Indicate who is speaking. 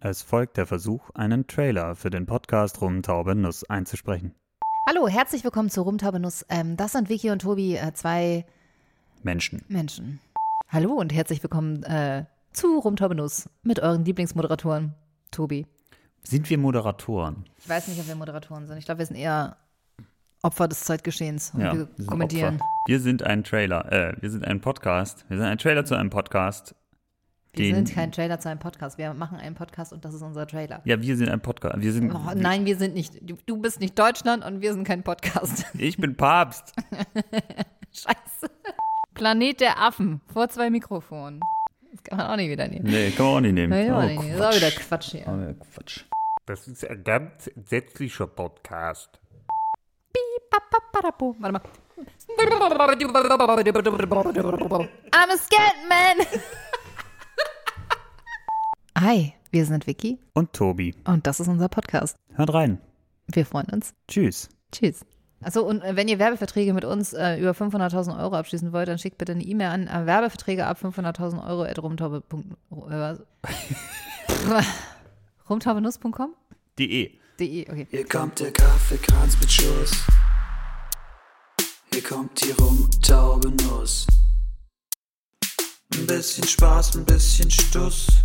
Speaker 1: Es folgt der Versuch, einen Trailer für den Podcast Rumtaube Nuss einzusprechen.
Speaker 2: Hallo, herzlich willkommen zu Rumtaube Nuss. Ähm, das sind Vicky und Tobi, äh, zwei
Speaker 1: Menschen.
Speaker 2: Menschen. Hallo und herzlich willkommen äh, zu Rumtaube Nuss mit euren Lieblingsmoderatoren, Tobi.
Speaker 1: Sind wir Moderatoren?
Speaker 2: Ich weiß nicht, ob wir Moderatoren sind. Ich glaube, wir sind eher Opfer des Zeitgeschehens und wir
Speaker 1: wir sind
Speaker 2: kommentieren.
Speaker 1: Opfer. Wir sind ein Trailer, äh, wir sind ein Podcast. Wir sind ein Trailer zu einem Podcast.
Speaker 2: Wir
Speaker 1: den-
Speaker 2: sind kein Trailer zu einem Podcast. Wir machen einen Podcast und das ist unser Trailer.
Speaker 1: Ja, wir sind ein Podcast. Wir sind.
Speaker 2: Oh, nein, wir sind nicht. Du, du bist nicht Deutschland und wir sind kein Podcast.
Speaker 1: Ich bin Papst.
Speaker 2: Scheiße. Planet der Affen vor zwei Mikrofonen. Das kann man auch nicht wieder nehmen.
Speaker 1: Nee, kann man auch nicht nehmen.
Speaker 2: Nee,
Speaker 1: Oh,
Speaker 2: auch nicht. ist auch wieder Quatsch hier.
Speaker 1: Oh, Quatsch.
Speaker 3: Das ist ein ganz entsetzlicher Podcast.
Speaker 2: Papaparapu. Warte mal. I'm a Scatman. Hi, wir sind Vicky
Speaker 1: Und Tobi.
Speaker 2: und das ist unser Podcast.
Speaker 1: Hört rein.
Speaker 2: Wir freuen uns.
Speaker 1: Tschüss.
Speaker 2: Tschüss. Also und äh, wenn ihr Werbeverträge mit uns äh, über 500.000 Euro abschließen wollt, dann schickt bitte eine E-Mail an äh, Werbeverträge ab 500.000 Euro at rumtaube. Äh, was? rumtaubenuss.com?
Speaker 1: Die E.
Speaker 2: De, okay.
Speaker 4: Hier kommt der Kaffeekranz mit Schuss. Hier kommt die Rumtaubenuss. Ein bisschen Spaß, ein bisschen Stuss.